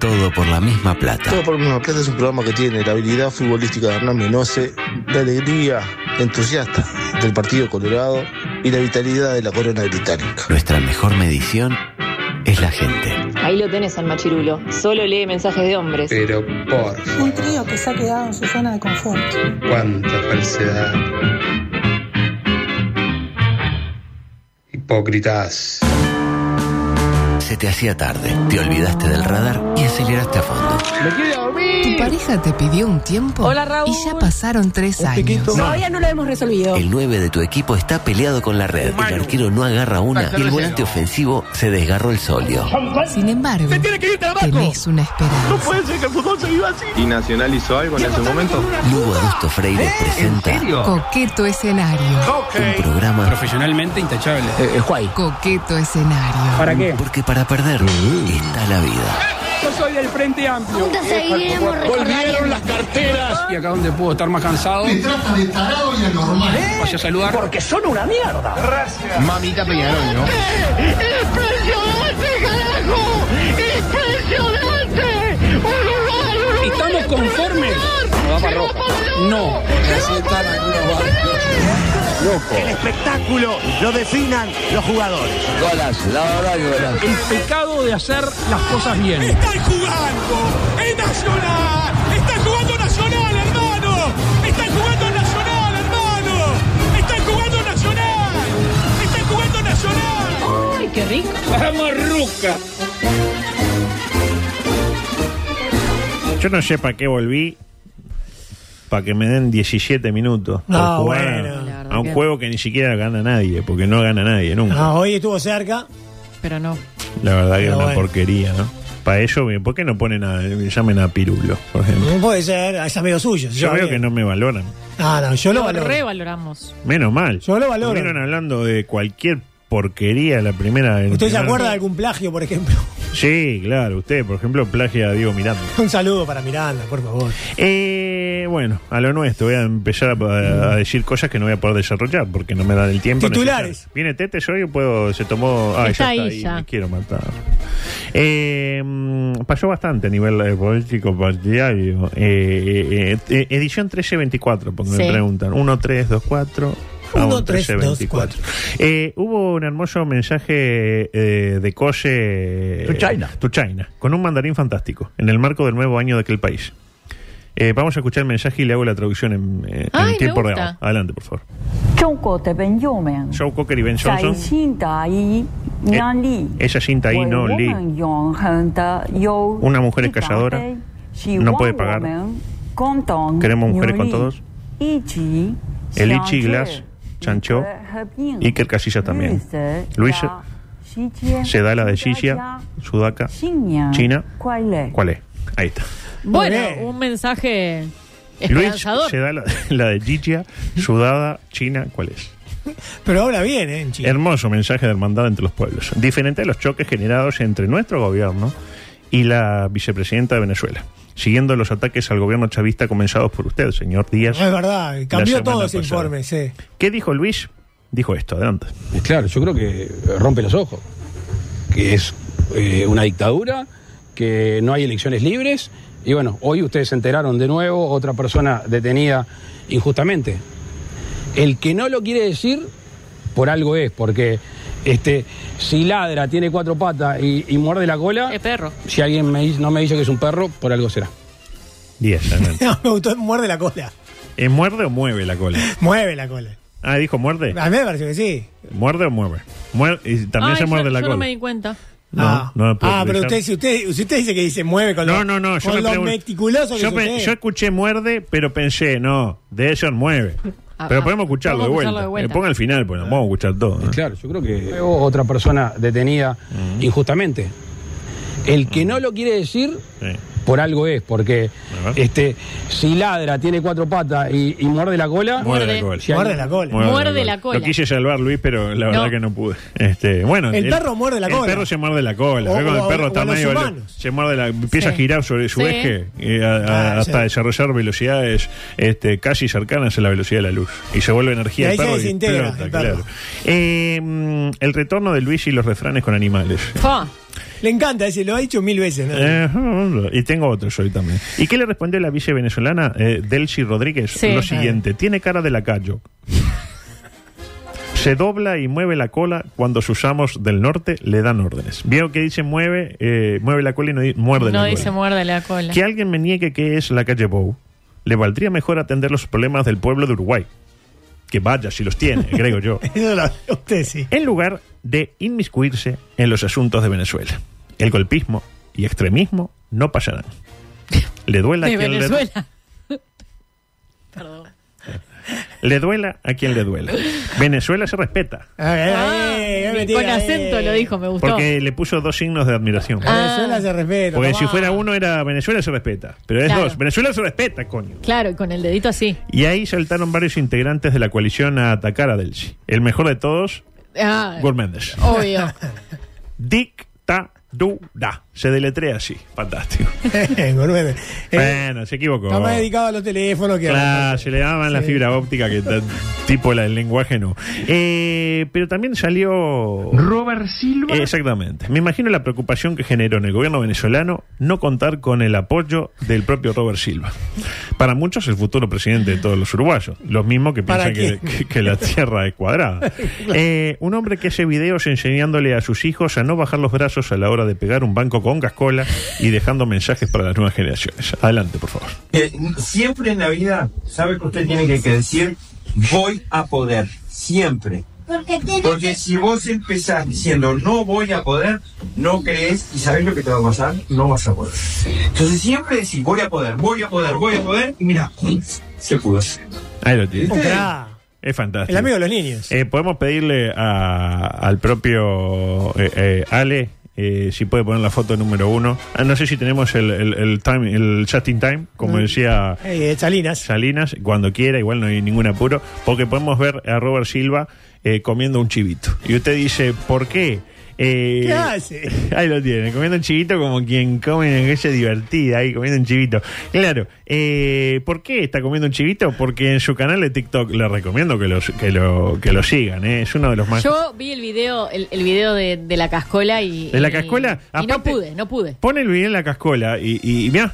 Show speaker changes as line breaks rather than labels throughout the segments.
Todo por la misma plata.
Todo por la misma plata es un programa que tiene la habilidad futbolística de Hernán Menose, la alegría entusiasta del Partido Colorado y la vitalidad de la corona británica.
Nuestra mejor medición es la gente.
Ahí lo tenés al machirulo. Solo lee mensajes de hombres.
Eh,
Pero por favor.
Un trío que se ha quedado en su zona de confort.
Cuánta falsedad. Hipócritas.
Se te hacía tarde, te olvidaste del radar y aceleraste a fondo.
¡Me quiero dormir!
Tu pareja te pidió un tiempo
Hola, Raúl.
y ya pasaron tres años.
Todavía no lo hemos resolvido.
El 9 de tu equipo está peleado con la red, el arquero no agarra una y el volante ofensivo se desgarró el solio.
Sin embargo,
¡Se tiene que ir del banco!
tenés una esperanza.
¡No puede ser que el fútbol se viva así!
¿Y Nacional hizo algo en ese momento?
Lugo Augusto Freire presenta
Coqueto escenario.
un programa
Profesionalmente intachable.
Coqueto escenario.
¿Para qué?
porque para perder está la vida.
Yo soy del Frente Amplio.
seguiremos
Volvieron las carteras.
Y acá donde puedo estar más cansado. Me trata de tarado y anormal. Vaya a saludar. Porque
Mamita Peñarol, ¿no?
¡Eh!
¡Impresionante, carajo! ¡Impresionante!
estamos conformes. No va para ropa. No.
El espectáculo lo definan los jugadores.
El pecado de hacer las cosas bien.
Están jugando en Nacional. Están jugando Nacional, hermano. Están jugando Nacional, hermano. Están jugando Nacional. Están jugando Nacional.
Ay, qué rico.
Vamos, Ruca.
Yo no sé para qué volví. Para que me den 17 minutos. por
No,
jugar a-
bueno.
a, un juego que ni siquiera gana nadie. Porque no gana nadie nunca.
Ah, hoy estuvo cerca.
Pero no.
La verdad que es
Pero
una
bueno.
porquería, ¿no? Para ello, bien, ¿por qué no ponen a. llamen a Pirulo, por ejemplo?
No puede ser, es amigo suyo.
Yo veo que no me valoran.
Ah, no, yo lo
Lo
valoro.
revaloramos.
Menos mal.
Yo lo valoro.
Estuvieron hablando de cualquier porquería la primera. el
¿Usted se
primer-
acuerda de algún plagio, por ejemplo?
Sí, claro. Usted, por ejemplo, plagia a Diego Miranda.
Un saludo para Miranda, por favor.
Eh, bueno, a lo nuestro, voy a empezar a, a decir cosas que no voy a poder desarrollar porque no me dan el tiempo.
Titulares.
Necesito- Viene Tete, yo puedo. Se tomó.
Está
Ah, ya está
ahí,
ahí,
ya.
me quiero matar. Eh, mm, pasó bastante a nivel eh, político partidario. Eh, eh, eh, eh, edición 1324, porque me
Sí.
preguntan. 1324. a
1,
un
3, 2, 4.
Eh, hubo un hermoso mensaje eh, de Cose
To China.
To China, con un mandarín fantástico, en el marco del nuevo año de aquel país. Eh, vamos a escuchar el mensaje y le hago la traducción en, eh, en
Ay, me
tiempo
gusta.
real. Adelante, por favor.
Johnson.
Joe Cocker y Ben Johnson. Eh, esa cinta ahí, no Lee. Una mujer es calladora, no puede pagar. Queremos mujeres con todos. El Ichi Glass, Chancho, Iker Casillas también. Luis se da la de Xixia, Sudaca, China. ¿Cuál es? Ahí está.
bien.
Bueno, un mensaje
Luis
esperanzador.
se da la, la de Gigi, sudada, china, ¿cuál es?
Pero habla bien, ¿eh? en chino.
Hermoso mensaje de hermandad entre los pueblos, diferente a los choques generados entre nuestro gobierno y la vicepresidenta de Venezuela, siguiendo los ataques al gobierno chavista comenzados por usted, señor Díaz.
No, es verdad,
La semana
cambió todo ese
pasada.
informe, sí.
¿Qué dijo Luis? Dijo esto, adelante.
Eh, Claro, yo creo que rompe los ojos. Que es eh, una dictadura, que no hay elecciones libres. Y bueno, hoy ustedes se enteraron de nuevo, otra persona detenida injustamente. El que no lo quiere decir, por algo es, porque este, si ladra, tiene cuatro patas y, y muerde la cola,
Es perro.
si alguien me, dice- no me dice que es un perro, por algo será.
Díaz, adelante.
No, me gustó, muerde la cola.
¿Eh, ¿Muerde o mueve la cola?
Mueve la cola.
Ah, dijo muerde.
A mí me pareció que sí.
¿Muerde o mueve? Muer- y también
Ay,
se
yo-
muerde la
yo
cola.
no me di cuenta.
No,
ah,
no lo puedo
Ah, pero
utilizar.
usted, si usted, si usted dice que dice mueve con
No,
lo,
no, no. Yo,
con
me
lo
pregunto-
meticuloso que
yo,
es
pe-
usted.
yo escuché muerde, pero pensé, no, de ellos mueve.
Ah,
Pero
ah,
podemos escucharlo de
podemos
vuelta.
escucharlo de vuelta.
Eh, ponga al final, pues vamos a escuchar todo. ¿no?
Claro, yo creo que otra persona detenida injustamente. El que no lo quiere decir,
Mm. Sí.
por algo es, porque
A ver.
este, si ladra, tiene cuatro patas y, y muerde la cola,
Muerde la
Muerde.
cola.
Si
Muerde la cola.
Muerde la cola.
Lo quise salvar, Luis, pero la verdad
No.
que no pude. Este, bueno,
El perro muerde la cola.
El perro se muerde la cola.
O-
Ve cuando
o-
el perro
o
está
a los
medio-
humanos.
Se muerde la, empieza
Sí.
a girar sobre su
Sí.
eje eh, a- a-
Ah,
hasta
sí.
desarrollar velocidades este, casi cercanas a la velocidad de la luz. Y se vuelve energía
Y ahí
el
se
perro. y
desintegra
explota,
el perro.
claro. Eh, mm, el retorno de Luis y los refranes con animales.
Fa.
Le encanta ese, lo ha dicho mil veces. ¿no?
Eh, y tengo otro yo ahí también. ¿Y qué le respondió la vice venezolana eh, Delcy Rodríguez?
Sí.
Lo siguiente, tiene cara de lacayo. Se dobla y mueve la cola cuando sus amos del norte le dan órdenes. Vieron que dice mueve, eh, mueve la cola y no di- muerde la
No
cola.
dice muerde la cola.
Que alguien me niegue que es la calle Bow. Le valdría mejor atender los problemas del pueblo de Uruguay. Que vaya, si los tiene, creo yo.
Usted sí.
En lugar de inmiscuirse en los asuntos de Venezuela. El golpismo y extremismo no pasarán. Le duela, a
de
quien le,
Venezuela. Perdón.
le duela a quien le duela. Venezuela se respeta.
Ah,
Eh,
Con acento lo dijo, me gustó.
Porque le puso dos signos de admiración.
Ah,
Venezuela se respeta.
Porque
papá.
si fuera uno era Venezuela se respeta. Pero es
Claro.
dos. Venezuela se respeta, coño.
Claro, y con el dedito así.
Y ahí saltaron varios integrantes de la coalición a atacar a Delcy. El mejor de todos,
Ah,
Gord Méndez.
obvio.
Dictadura. Se deletrea así. Fantástico.
Eh,
Gourmet.
bueno, se equivocó.
Eh, Está más dedicado a los teléfonos que a
Claro, se le daban la
Sí.
fibra óptica que tan- tipo la del lenguaje no. Eh, pero también salió Robert Silva. Exactamente. Me imagino la preocupación que generó en el gobierno venezolano no contar con el apoyo del propio Robert Silva. Para muchos el futuro presidente de todos los uruguayos, los mismos que
¿Para
piensan que,
quién?
que- que la tierra es cuadrada. Eh, un hombre que hace videos enseñándole a sus hijos a no bajar los brazos a la hora de pegar un banco con cascola y dejando mensajes para las nuevas generaciones. Adelante, por favor.
Eh, siempre en la vida sabe que usted tiene que, que decir voy a poder, siempre.
Porque
Porque si vos empezás diciendo no voy a poder, no crees y sabés lo que te va a pasar, no vas a poder. Entonces siempre decís voy a poder, voy a poder, voy a poder y mira, se pudo.
Ahí lo tiene.
Un crack.
Es fantástico.
Oh, El amigo de los niños.
Eh, Podemos pedirle a- al propio eh, eh, Ale eh, si puede poner la foto número uno. Ah, no sé si tenemos el, el, el time, el just in time, como decía
Eh, Salinas.
Salinas, cuando quiera, igual no hay ningún apuro, porque podemos ver a Robert Silva eh, comiendo un chivito. Y usted dice, ¿por qué? Eh,
¿Qué hace?
Ahí lo tiene, comiendo un chivito como quien come en ese divertida, ahí comiendo un chivito. Claro, eh, ¿por qué está comiendo un chivito? Porque en su canal de TikTok le recomiendo que, los, que, lo, que lo sigan, eh, es uno de los más...
Yo vi el video, el, el video de, de la cascola y.
¿De la
y-
cascola?
eh, Y, no
Aparte-
pude, no pude.
Pone el video en la cascola y, y, y mirá,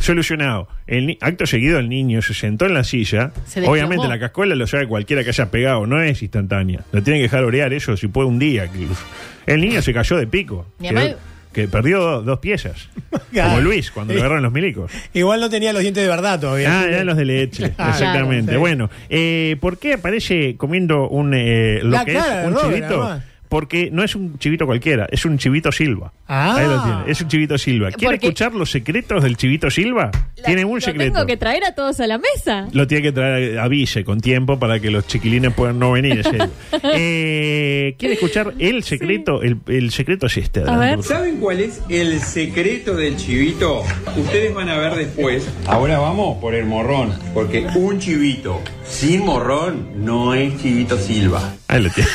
solucionado. El ni- acto seguido el niño se sentó en la silla.
Se desplomó.
Obviamente la cascola lo sabe cualquiera que haya pegado, no es instantánea. Lo tienen que dejar orear ellos si puede un día. incluso. El niño se cayó de pico.
Mi
Quedó-
mamá-
que perdió do- dos piezas. Como Luis cuando le agarraron los milicos.
Igual no tenía los dientes de verdad todavía.
Eh. Ah, eran los de leche.
Ah,
Exactamente.
claro, sí.
Bueno, eh, ¿por qué aparece comiendo un eh, lo
La
que
cara
es
de
un
Robert,
chivito?
además.
Porque no es un chivito cualquiera, es un chivito Silva.
Ah.
Ahí lo tiene, es un chivito Silva. ¿Quiere
Porque-
escuchar los secretos del chivito Silva? tiene un
Lo
secreto.
tengo que traer a todos a la mesa.
Lo tiene que traer, avise con tiempo para que los chiquilines puedan no venir. en serio. Eh, ¿Quiere escuchar el secreto? El, el secreto es este. adelante, por favor.
¿Saben cuál es el secreto del chivito? Ustedes van a ver después. Ahora vamos por el morrón. Porque un chivito sin morrón no es chivito Silva.
Ahí lo tiene.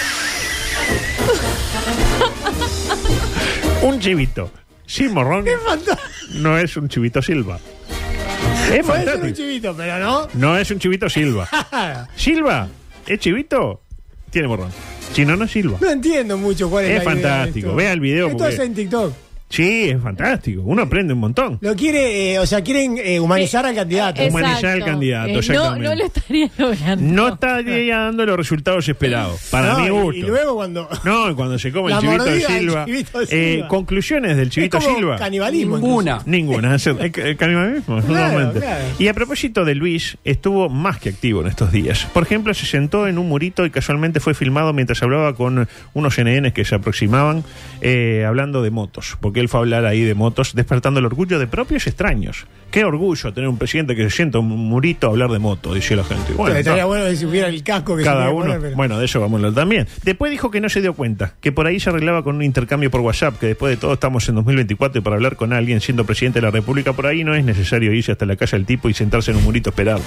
un chivito sin morrón no es un chivito Silva.
Puede ser
Es
un
fantástico.
chivito, pero no.
No es un chivito Silva. Silva, ¿es chivito? Tiene morrón. Si no, no es Silva.
No entiendo mucho cuál es,
Es
la idea de
fantástico.
esto.
Vea el video,
Esto
porque-
es en TikTok.
Sí, es fantástico. Uno aprende un montón.
Lo quiere, eh, o sea, quieren eh, humanizar al candidato.
Humanizar al candidato,
Eh, no,
exactamente.
no lo estaría logrando.
No está ya dando los resultados esperados. Para
No,
mi
y-
gusto.
Y luego cuando.
No, cuando se come
La
el chivito de
mordida del
Silva.
chivito
Eh,
Silva.
conclusiones del chivito
es como
Silva.
Canibalismo.
Ninguna. es el- el canibalismo, totalmente.
claro.
Y a propósito de Luis, estuvo más que activo en estos días. Por ejemplo, se sentó en un murito y casualmente fue filmado mientras hablaba con unos NNs que se aproximaban eh, hablando de motos. Porque él fue a hablar ahí de motos, despertando el orgullo de propios extraños. Qué orgullo tener un presidente que se sienta en un murito a hablar de moto, dice la gente.
Bueno,
Bueno,
estaría
no.
bueno si hubiera el casco que se
Cada
quiere
uno.
poner, pero-
Bueno, de eso vamos a hablar también. Después dijo que no se dio cuenta, que por ahí se arreglaba con un intercambio por WhatsApp, que después de todo estamos en 2024 y para hablar con alguien siendo presidente de la República por ahí no es necesario irse hasta la casa del tipo y sentarse en un murito a esperar.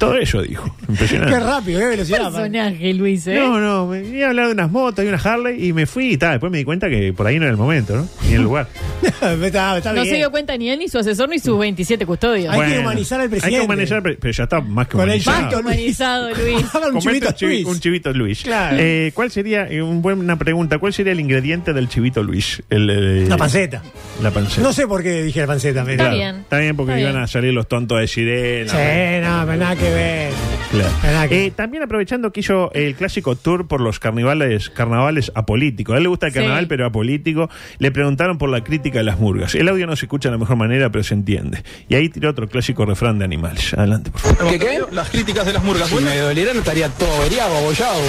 Todo ello dijo. Impresionante.
Qué rápido, qué velocidad.
Personaje, Luis, ¿eh?
No, no, me venía a hablar de unas motos y una Harley y me fui y tal. Después me di cuenta que por ahí no era el momento, ¿no? Ni el lugar.
Está- está
No
bien.
se dio cuenta ni él, ni su asesor, ni sus 27 custodios.
Hay
Bueno,
que humanizar al presidente.
Hay que humanizar al pre- pero ya está más que
Con el
humanizado.
Más que humanizado, Luis.
Hagan un
Comete
chivito
un, chivi-
Luis.
un chivito Luis.
Claro.
Eh, ¿Cuál sería, eh, un buen- una pregunta, cuál sería el ingrediente del chivito Luis? El, eh,
Una panceta.
La panceta.
No sé por qué dije la panceta, pero.
Claro.
bien.
Está bien porque
Está
iban
bien.
a salir los tontos de sirena.
Sí, no, pero nada que ver.
Claro.
Nada que
Eh, también aprovechando que hizo el clásico tour por los carnavales, carnavales apolíticos. A él le gusta el
Sí.
carnaval, pero apolítico. Le preguntaron por la crítica de las murgas. El audio no se escucha de la mejor manera, pero se entiende. Y ahí tiró otro clásico refrán de animales. Adelante, por favor.
¿Qué qué? Las críticas de las murgas. Si me dolieran estaría todo averiado, abollado.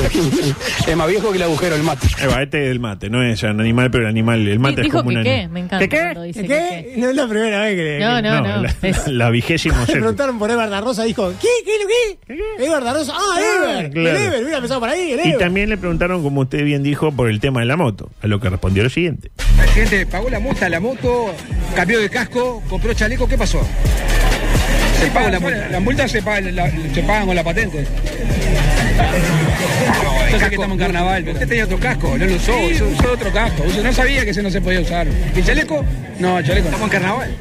es más viejo que el agujero del mate.
Ahí va, este es el mate, no es un animal, pero el animal, el
Di-
mate es
Dijo
como un
Piqué,
animal.
me encanta.
¿Qué, qué?
cuando dice
¿Qué?
Piqué.
No es la primera vez que.
No, no, no.
Eh, la,
Es-
la vigésimo
Le
séptima.
preguntaron por Ever Rosa, dijo, ¿qué? ¿Qué? ¿Qué? ¿Qué? ¿Ever Rosa? Ah,
Ah,
Ever.
claro.
El Ever, hubiera empezado por ahí, el
Y
Ever.
también le preguntaron, como usted bien dijo, por el tema de la moto, a lo que respondió lo siguiente.
La gente pagó la multa, la moto, cambió de casco, compró chaleco, ¿qué pasó? Se pagó la multa. Las multas se pagan, con la patente. Yo sé que estamos en carnaval, pero usted tenía otro casco, no lo usó, usó, usó otro casco. Usó- no sabía que ese no se podía usar. ¿Y chaleco? No, el chaleco. no. Estamos en carnaval.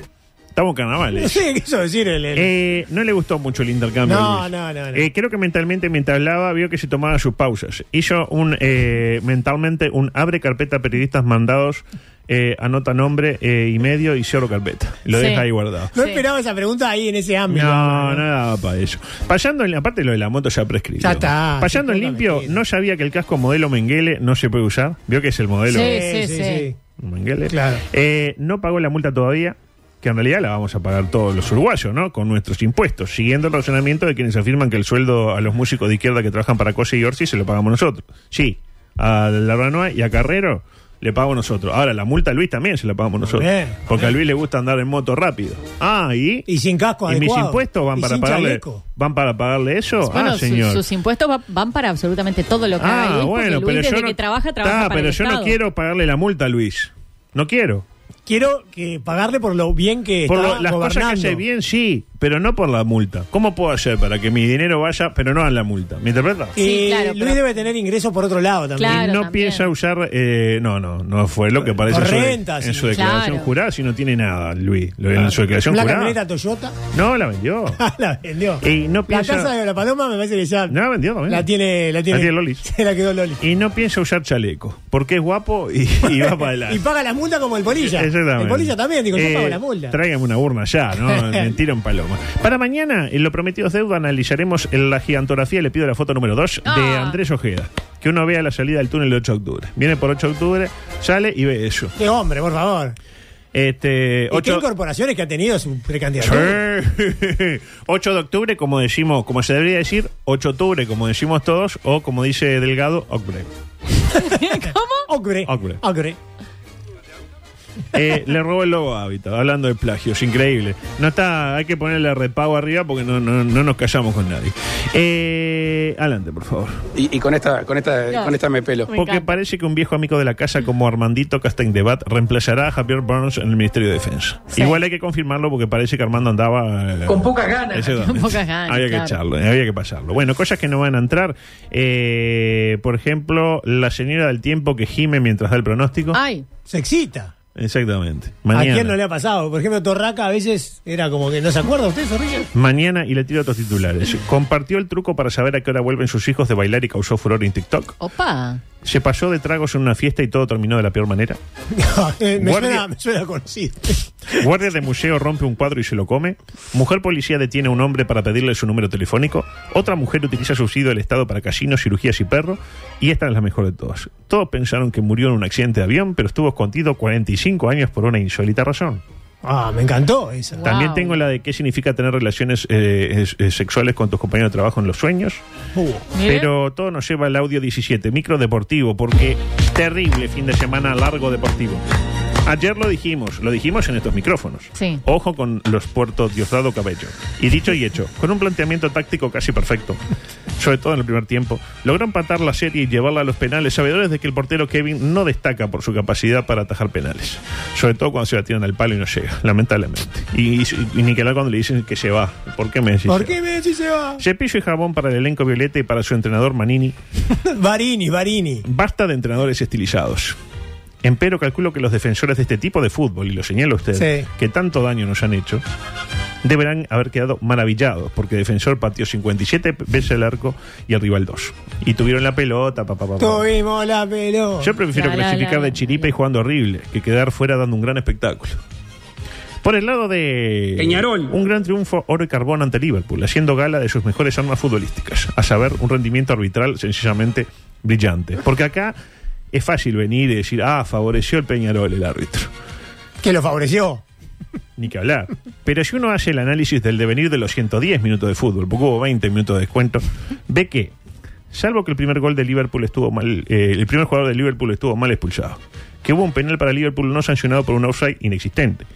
Estamos en carnaval.
No
eh.
sé qué quiso decir el. el-
Eh, no le gustó mucho el intercambio.
No,
Luis.
no, no, no.
Eh, creo que mentalmente, mientras hablaba, vio que se tomaba sus pausas. Hizo un eh, mentalmente un abre carpeta periodistas mandados, eh, anota nombre eh, y medio y cierro carpeta. Lo
Sí.
deja ahí guardado.
No
Sí.
esperaba esa pregunta ahí en ese ámbito.
No, no daba para eso. Payando en aparte lo de la moto ya prescrito.
Ya está,
Payando en
se fue
limpio,
la mentira.
no sabía que el casco modelo Menguele no se puede usar. Vio que es el modelo
Sí, sí, sí.
Mengele.
Claro.
Eh, no pagó la multa todavía, que en realidad la vamos a pagar todos los uruguayos, ¿no? Con nuestros impuestos, siguiendo el razonamiento de quienes afirman que el sueldo a los músicos de izquierda que trabajan para Cose y Orsi se lo pagamos nosotros. Sí, a Larranoa y a Carrero le pagamos nosotros. Ahora, la multa a Luis también se la pagamos nosotros.
Bien.
Porque a Luis le gusta andar en moto rápido. Ah, y...
Y sin casco
y mis
adecuado.
impuestos van
Y
para
sin
pagarle
chaleco.
van para pagarle eso
Bueno,
ah
su-
señor
sus impuestos va- van para absolutamente todo lo que haga
ah
Luis, porque
bueno
Luis
pero
desde
yo no
que trabaja, trabaja
Ah,
para
pero
el
yo no
Estado.
quiero pagarle la multa a Luis no quiero
Quiero que pagarle por lo bien que
Por
está
lo- las
gobernando.
cosas que hace bien, sí, pero no por la multa. ¿Cómo puedo hacer para que mi dinero vaya, pero no a la multa? ¿Me interpreta?
Eh,
Sí, claro,
Luis
pero-
debe tener ingresos por otro lado también.
Claro,
y no
también.
piensa usar. eh, no, no, no fue lo que parece en su de-
rentas,
en
sí. Ah,
su declaración
Claro.
jurada, si no tiene nada, Luis. Lo- En su declaración
Una camioneta
jurada.
Toyota. Ah,
No, la vendió.
la vendió.
Y no piensa-
La casa de la paloma me parece que ya.
No, la vendió también.
La tiene, la tiene.
La tiene Lolis.
Se la quedó Loli.
Y no piensa usar chaleco, porque es guapo y, y va para adelante.
Y paga la multa como el polilla.
Exactamente.
El polilla también, digo, yo
Eh,
pago la multa.
Tráigame una urna ya, ¿no? Mentira en paloma. Para mañana, en Lo Prometido es Deuda, analizaremos en la gigantografía, le pido la foto número 2, de
Ah.
Andrés Ojeda. Que uno vea la salida del túnel el 8 de octubre. Viene por 8 de octubre, sale y ve eso.
Qué hombre, por favor.
Este,
¿Y qué
8...
incorporaciones que ha tenido su
Sí.
precandidato?
8 de octubre, como decimos, como se debería decir, 8 de octubre, como decimos todos, o como dice Delgado, octubre.
Ocre.
Ocre.
Ocre.
Eh, le robó el lobo a Hábitat, hablando de plagios, increíble. No está, hay que ponerle repago arriba porque no, no, no nos callamos con nadie. Eh, adelante, por favor.
Y, con esta, con esta,
No. con esta
me pelo.
Me
Porque
encanta.
parece que un viejo amigo de la casa como Armandito Castañdebat reemplazará a Javier Burns en el Ministerio de Defensa.
Sí.
Igual hay que confirmarlo porque parece que Armando andaba... eh,
Con pocas ganas.
Exactamente.
Con pocas ganas,
Había que
claro.
echarlo, eh, había que pasarlo. Bueno, cosas que no van a entrar. eh, por ejemplo, la señora del tiempo que gime mientras da el pronóstico.
Ay,
Se excita.
Exactamente. Mañana.
¿A quién no le ha pasado? Por ejemplo, Torraca a veces era como que no se acuerda usted, Zorrilla.
Mañana y le tiro otros titulares. Compartió el truco para saber a qué hora vuelven sus hijos de bailar y causó furor en TikTok.
opa.
Se pasó de tragos en una fiesta y todo terminó de la peor manera.
Eh, me,
Guardia-
suena, me suena conocido.
Guardia de museo rompe un cuadro y se lo come. Mujer policía detiene a un hombre para pedirle su número telefónico. Otra mujer utiliza subsidio del Estado para casinos, cirugías y perro. Y esta es la mejor de todas. Todos pensaron que murió en un accidente de avión, pero estuvo escondido 45 años por una insólita razón.
Ah, me encantó esa.
Guau.
También tengo la de qué significa tener relaciones eh, es- eh, sexuales con tus compañeros de trabajo en los sueños.
Uh,
Mire.
Pero todo nos lleva al audio 17, micro deportivo, porque terrible fin de semana largo deportivo. Ayer lo dijimos, lo dijimos en estos micrófonos.
Sí.
Ojo con los puertos Diosdado Cabello. Y dicho y hecho, con un planteamiento táctico casi perfecto, sobre todo en el primer tiempo, logró empatar la serie y llevarla a los penales, sabedores de que el portero Kevin no destaca por su capacidad para atajar penales. Sobre todo cuando se la tiran al palo y no llega, lamentablemente. Y, y, y Nicolás cuando le dicen que se va. ¿Por qué Messi?
¿Por
se
qué ah?
va?
Messi se va?
Cepillo y jabón para el elenco Violeta y para su entrenador Manini.
Barini, Barini.
Basta de entrenadores estilizados. Empero calculo que los defensores de este tipo de fútbol, y lo señala usted,
Sí.
que tanto daño nos han hecho, deberán haber quedado maravillados, porque defensor pateó 57 veces el arco y el rival 2. Y tuvieron la pelota, papá, papá.
Tuvimos la pelota.
Yo prefiero
La, la,
clasificar
la,
de chiripa y jugando horrible que quedar fuera dando un gran espectáculo. Por el lado de Peñarol, un gran triunfo oro y carbón ante Liverpool, haciendo gala de sus mejores armas futbolísticas, a saber, un rendimiento arbitral sencillamente brillante. Porque acá es fácil venir y decir, ah, favoreció el Peñarol el árbitro.
Que lo favoreció.
Ni que hablar. Pero si uno hace el análisis del devenir de los 110 minutos de fútbol, porque hubo 20 minutos de descuento, ve que, salvo que el primer gol de Liverpool estuvo mal, eh, el primer jugador de Liverpool estuvo mal expulsado, que hubo un penal para Liverpool no sancionado por un offside inexistente,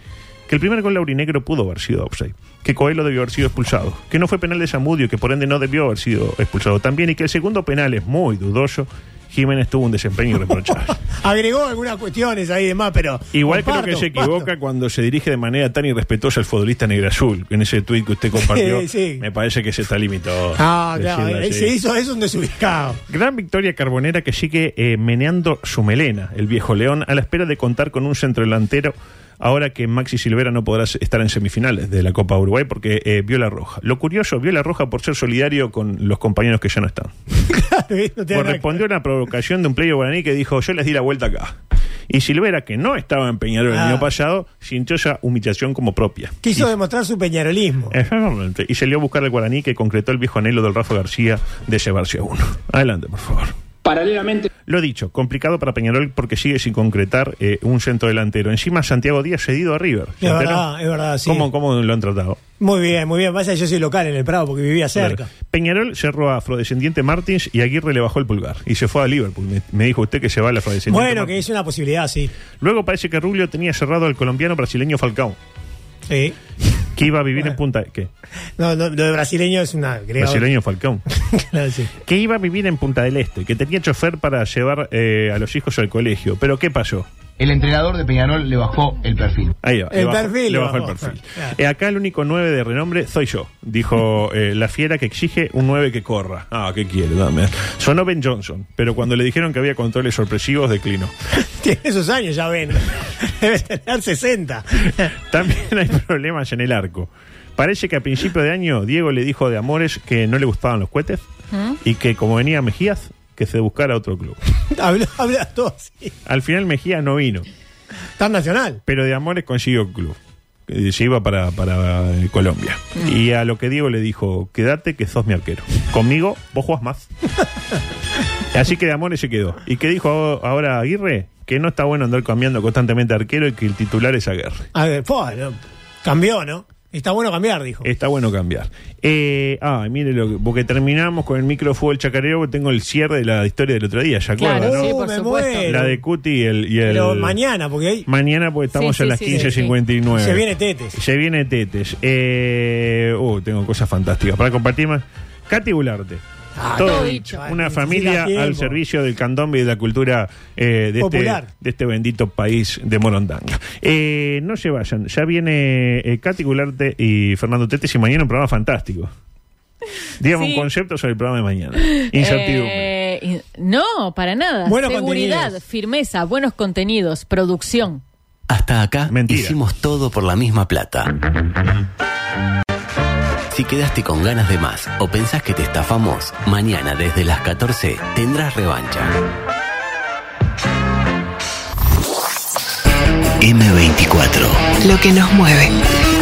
que el primer gol laurinegro pudo haber sido offside, que Coelho debió haber sido expulsado, que no fue penal de Zamudio, que por ende no debió haber sido expulsado también, y que el segundo penal es muy dudoso, Jiménez tuvo un desempeño irreprochable.
Agregó algunas cuestiones ahí y demás, pero.
Igual
comparto,
creo que se
comparto.
equivoca cuando se dirige de manera tan irrespetuosa al futbolista Negra Azul. En ese tuit que usted compartió,
Sí, sí.
me parece que se está limitado.
Ah, claro.
Decirlo
eh,
así.
Se hizo eso un desubicado.
Gran victoria carbonera que sigue eh, meneando su melena, el viejo León, a la espera de contar con un centro delantero. Ahora que Maxi Silvera no podrá se- estar en semifinales de la Copa Uruguay porque eh, vio la roja. Lo curioso, vio la roja por ser solidario con los compañeros que ya no están.
eh, No te arranca.
Correspondió a Pues una provocación de un playo guaraní que dijo, yo les di la vuelta acá. Y Silvera, que no estaba en Peñarol el
Ah.
año pasado, sintió esa humillación como propia.
Quiso demostrar su peñarolismo.
Eh. Exactamente. Y salió a buscar al guaraní que concretó el viejo anhelo del Rafa García de llevarse a uno. Adelante, por favor.
Paralelamente.
Lo dicho, complicado para Peñarol porque sigue sin concretar eh, un centro delantero. Encima Santiago Díaz cedido a River.
Es
¿Se
verdad,
enteró?
es verdad, sí.
¿Cómo, cómo lo han tratado?
Muy bien, muy bien. Pasa que yo soy local en el Prado porque vivía cerca.
Claro. Peñarol cerró a afrodescendiente Martins y Aguirre le bajó el pulgar y se fue a Liverpool. Me, me dijo usted que se va al afrodescendiente.
Bueno,
Martins.
que es una posibilidad, sí.
Luego parece que Rubio tenía cerrado al colombiano brasileño Falcao,
Sí.
que iba a vivir en Punta ¿qué?
No, no, lo de brasileño es una. agregado.
Brasileño Falcao.
Claro, sí.
Que iba a vivir en Punta del Este, que tenía chofer para llevar eh, a los hijos al colegio. Pero ¿qué pasó?
El entrenador de Peñarol le bajó el perfil.
Ahí va,
El
le bajó-
perfil,
Le bajó el
vamos. Ah.
perfil.
Claro.
Eh, acá el único 9 de renombre soy yo, dijo eh, la fiera que exige un 9 que corra. Ah, ¿qué quiere? Dame. Sonó Ben Johnson, pero cuando le dijeron que había controles sorpresivos, declinó.
Tiene esos años, ya ven. Debe tener 60.
También hay problemas en el arco. Parece que a principio de año Diego le dijo de Amores que no le gustaban los cohetes y que como venía Mejías, que se buscara otro club.
Habla, habla todo así.
Al final Mejías no vino,
Tan nacional.
pero de Amores consiguió un club. Eh, Se iba para, para, eh, Colombia. Y a lo que Diego le dijo, quédate que sos mi arquero. Conmigo vos jugás más. Así que de Amores se quedó. ¿Y qué dijo ahora Aguirre? Que no está bueno andar cambiando constantemente de arquero y que el titular es Aguirre.
A ver, po, no. cambió, ¿no? Está bueno cambiar, dijo.
Está bueno cambiar. Eh, ah, mire, lo que, porque terminamos con el microfútbol chacarero, porque tengo el cierre de la historia del otro día, ¿se acuerdan?
Claro,
no?
sí,
Uh,
por
me
supuesto.
muero.
La de Cuti y el... y el-
Pero mañana, porque ahí
Mañana porque estamos
Sí,
a
sí,
las
sí,
15.59.
se viene Tetes.
Se viene Tetes. Eh, uh, tengo cosas fantásticas para compartir más. Katy Gularte. todo,
todo
dicho.
Ah, dicho.
Una
Necesita
familia
tiempo.
al servicio del candombe y de la cultura eh, de, este,
Popular.
de este bendito país de Morondanga. Eh, no se vayan. Ya viene eh, Katy Gularte y Fernando Tetes y mañana un programa fantástico. Dígame
Sí.
un concepto sobre el programa de mañana. Incertidumbre.
Eh, in- no, para nada.
Buenos
Seguridad,
contenidos.
firmeza, buenos contenidos, producción.
Hasta acá
Mentira.
hicimos todo por la misma plata. Si quedaste con ganas de más o pensás que te estafamos, mañana desde las 14 tendrás revancha. M24.
Lo que nos mueve.